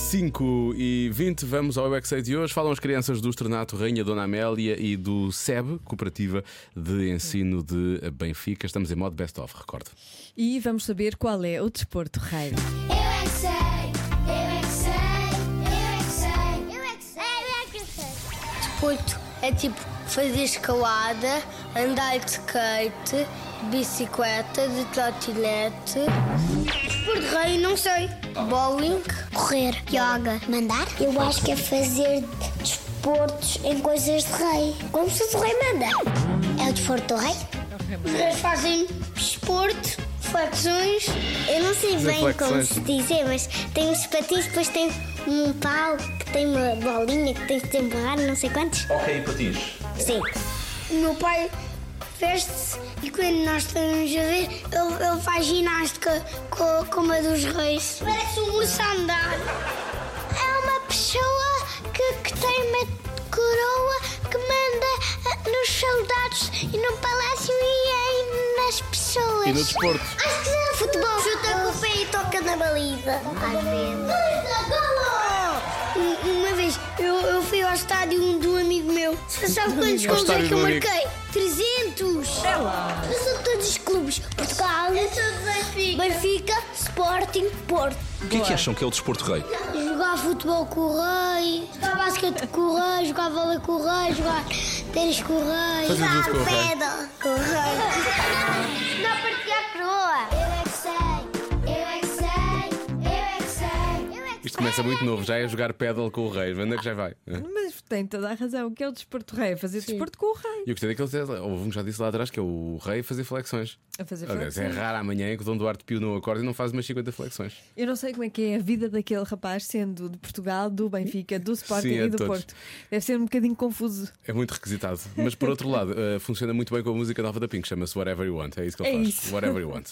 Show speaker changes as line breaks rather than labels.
5 e 20, vamos ao UXA de hoje. Falam as crianças do Estrenato Rainha Dona Amélia e do SEB, Cooperativa de Ensino de Benfica. Estamos em modo best-of, recordo.
E vamos saber qual é o desporto rei.
Eu é que sei, eu é que sei, eu é que sei, eu é que sei, eu é que sei.
Desporto é tipo fazer escalada, andar de skate, de bicicleta, de trotinete. Desporto rei, não sei. Bowling.
Correr, yoga, mandar? Eu acho que é fazer desportos em coisas de rei. Como se fosse o rei manda. É o desporto do rei?
Os reis fazem desporto, flexões.
Eu não sei bem como
Reflexões.
se dizer, mas tem uns patins, depois tem um pau, que tem uma bolinha que tem que desembarrar, não sei quantos.
Ok, patins.
Sim.
O meu pai veste-se e quando nós estamos a ver, ele, ele faz ginástica co- como a dos reis. Parece um urso a andar.
É uma pessoa que, que tem uma coroa que manda eh, nos soldados e no palácio e aí nas pessoas.
E no desporto?
Acho que é futebol. Chuta com o pé e toca na baliza. Às vezes.
Um- Uma vez eu, eu fui ao estádio de um amigo meu. Você sabe quantos
Ao
gols é
estádio
que eu
do amigo.
marquei? 300!
Eu sou de todos os clubes. Portugal. Eu sou de Benfica. Benfica, Sporting, Porto.
O que é que acham que é o desporto rei?
Jogar futebol com o rei, jogar basquete com o rei, jogar vôlei com o rei, jogar tênis com o rei,
Fazer
jogar
tudo com o rei.
pedra com o rei. Não partilhar coroa. Eu é que sei, eu é que sei, eu é que sei. Eu é que
Isto começa muito novo, já é jogar pedal com o rei. Onde é que já vai?
Mas tem toda a razão. O que é o desporto rei? É fazer desporto com o rei.
E eu gostei daquele teste. Houve um que já disse lá atrás que é o rei fazer flexões.
A fazer
Aliás, é
flexões.
raro amanhã que o Dom Duarte Pio não acorda e não faz umas 50 flexões.
Eu não sei como é que é a vida daquele rapaz, sendo de Portugal, do Benfica, do Sporting
Sim, é
e do
todos.
Porto. Deve ser um bocadinho confuso.
É muito requisitado. Mas por outro lado, eh, funciona muito bem com a música nova da Pink, chama-se Whatever You Want. É isso que ele
É
faz.
isso.
Whatever You Want.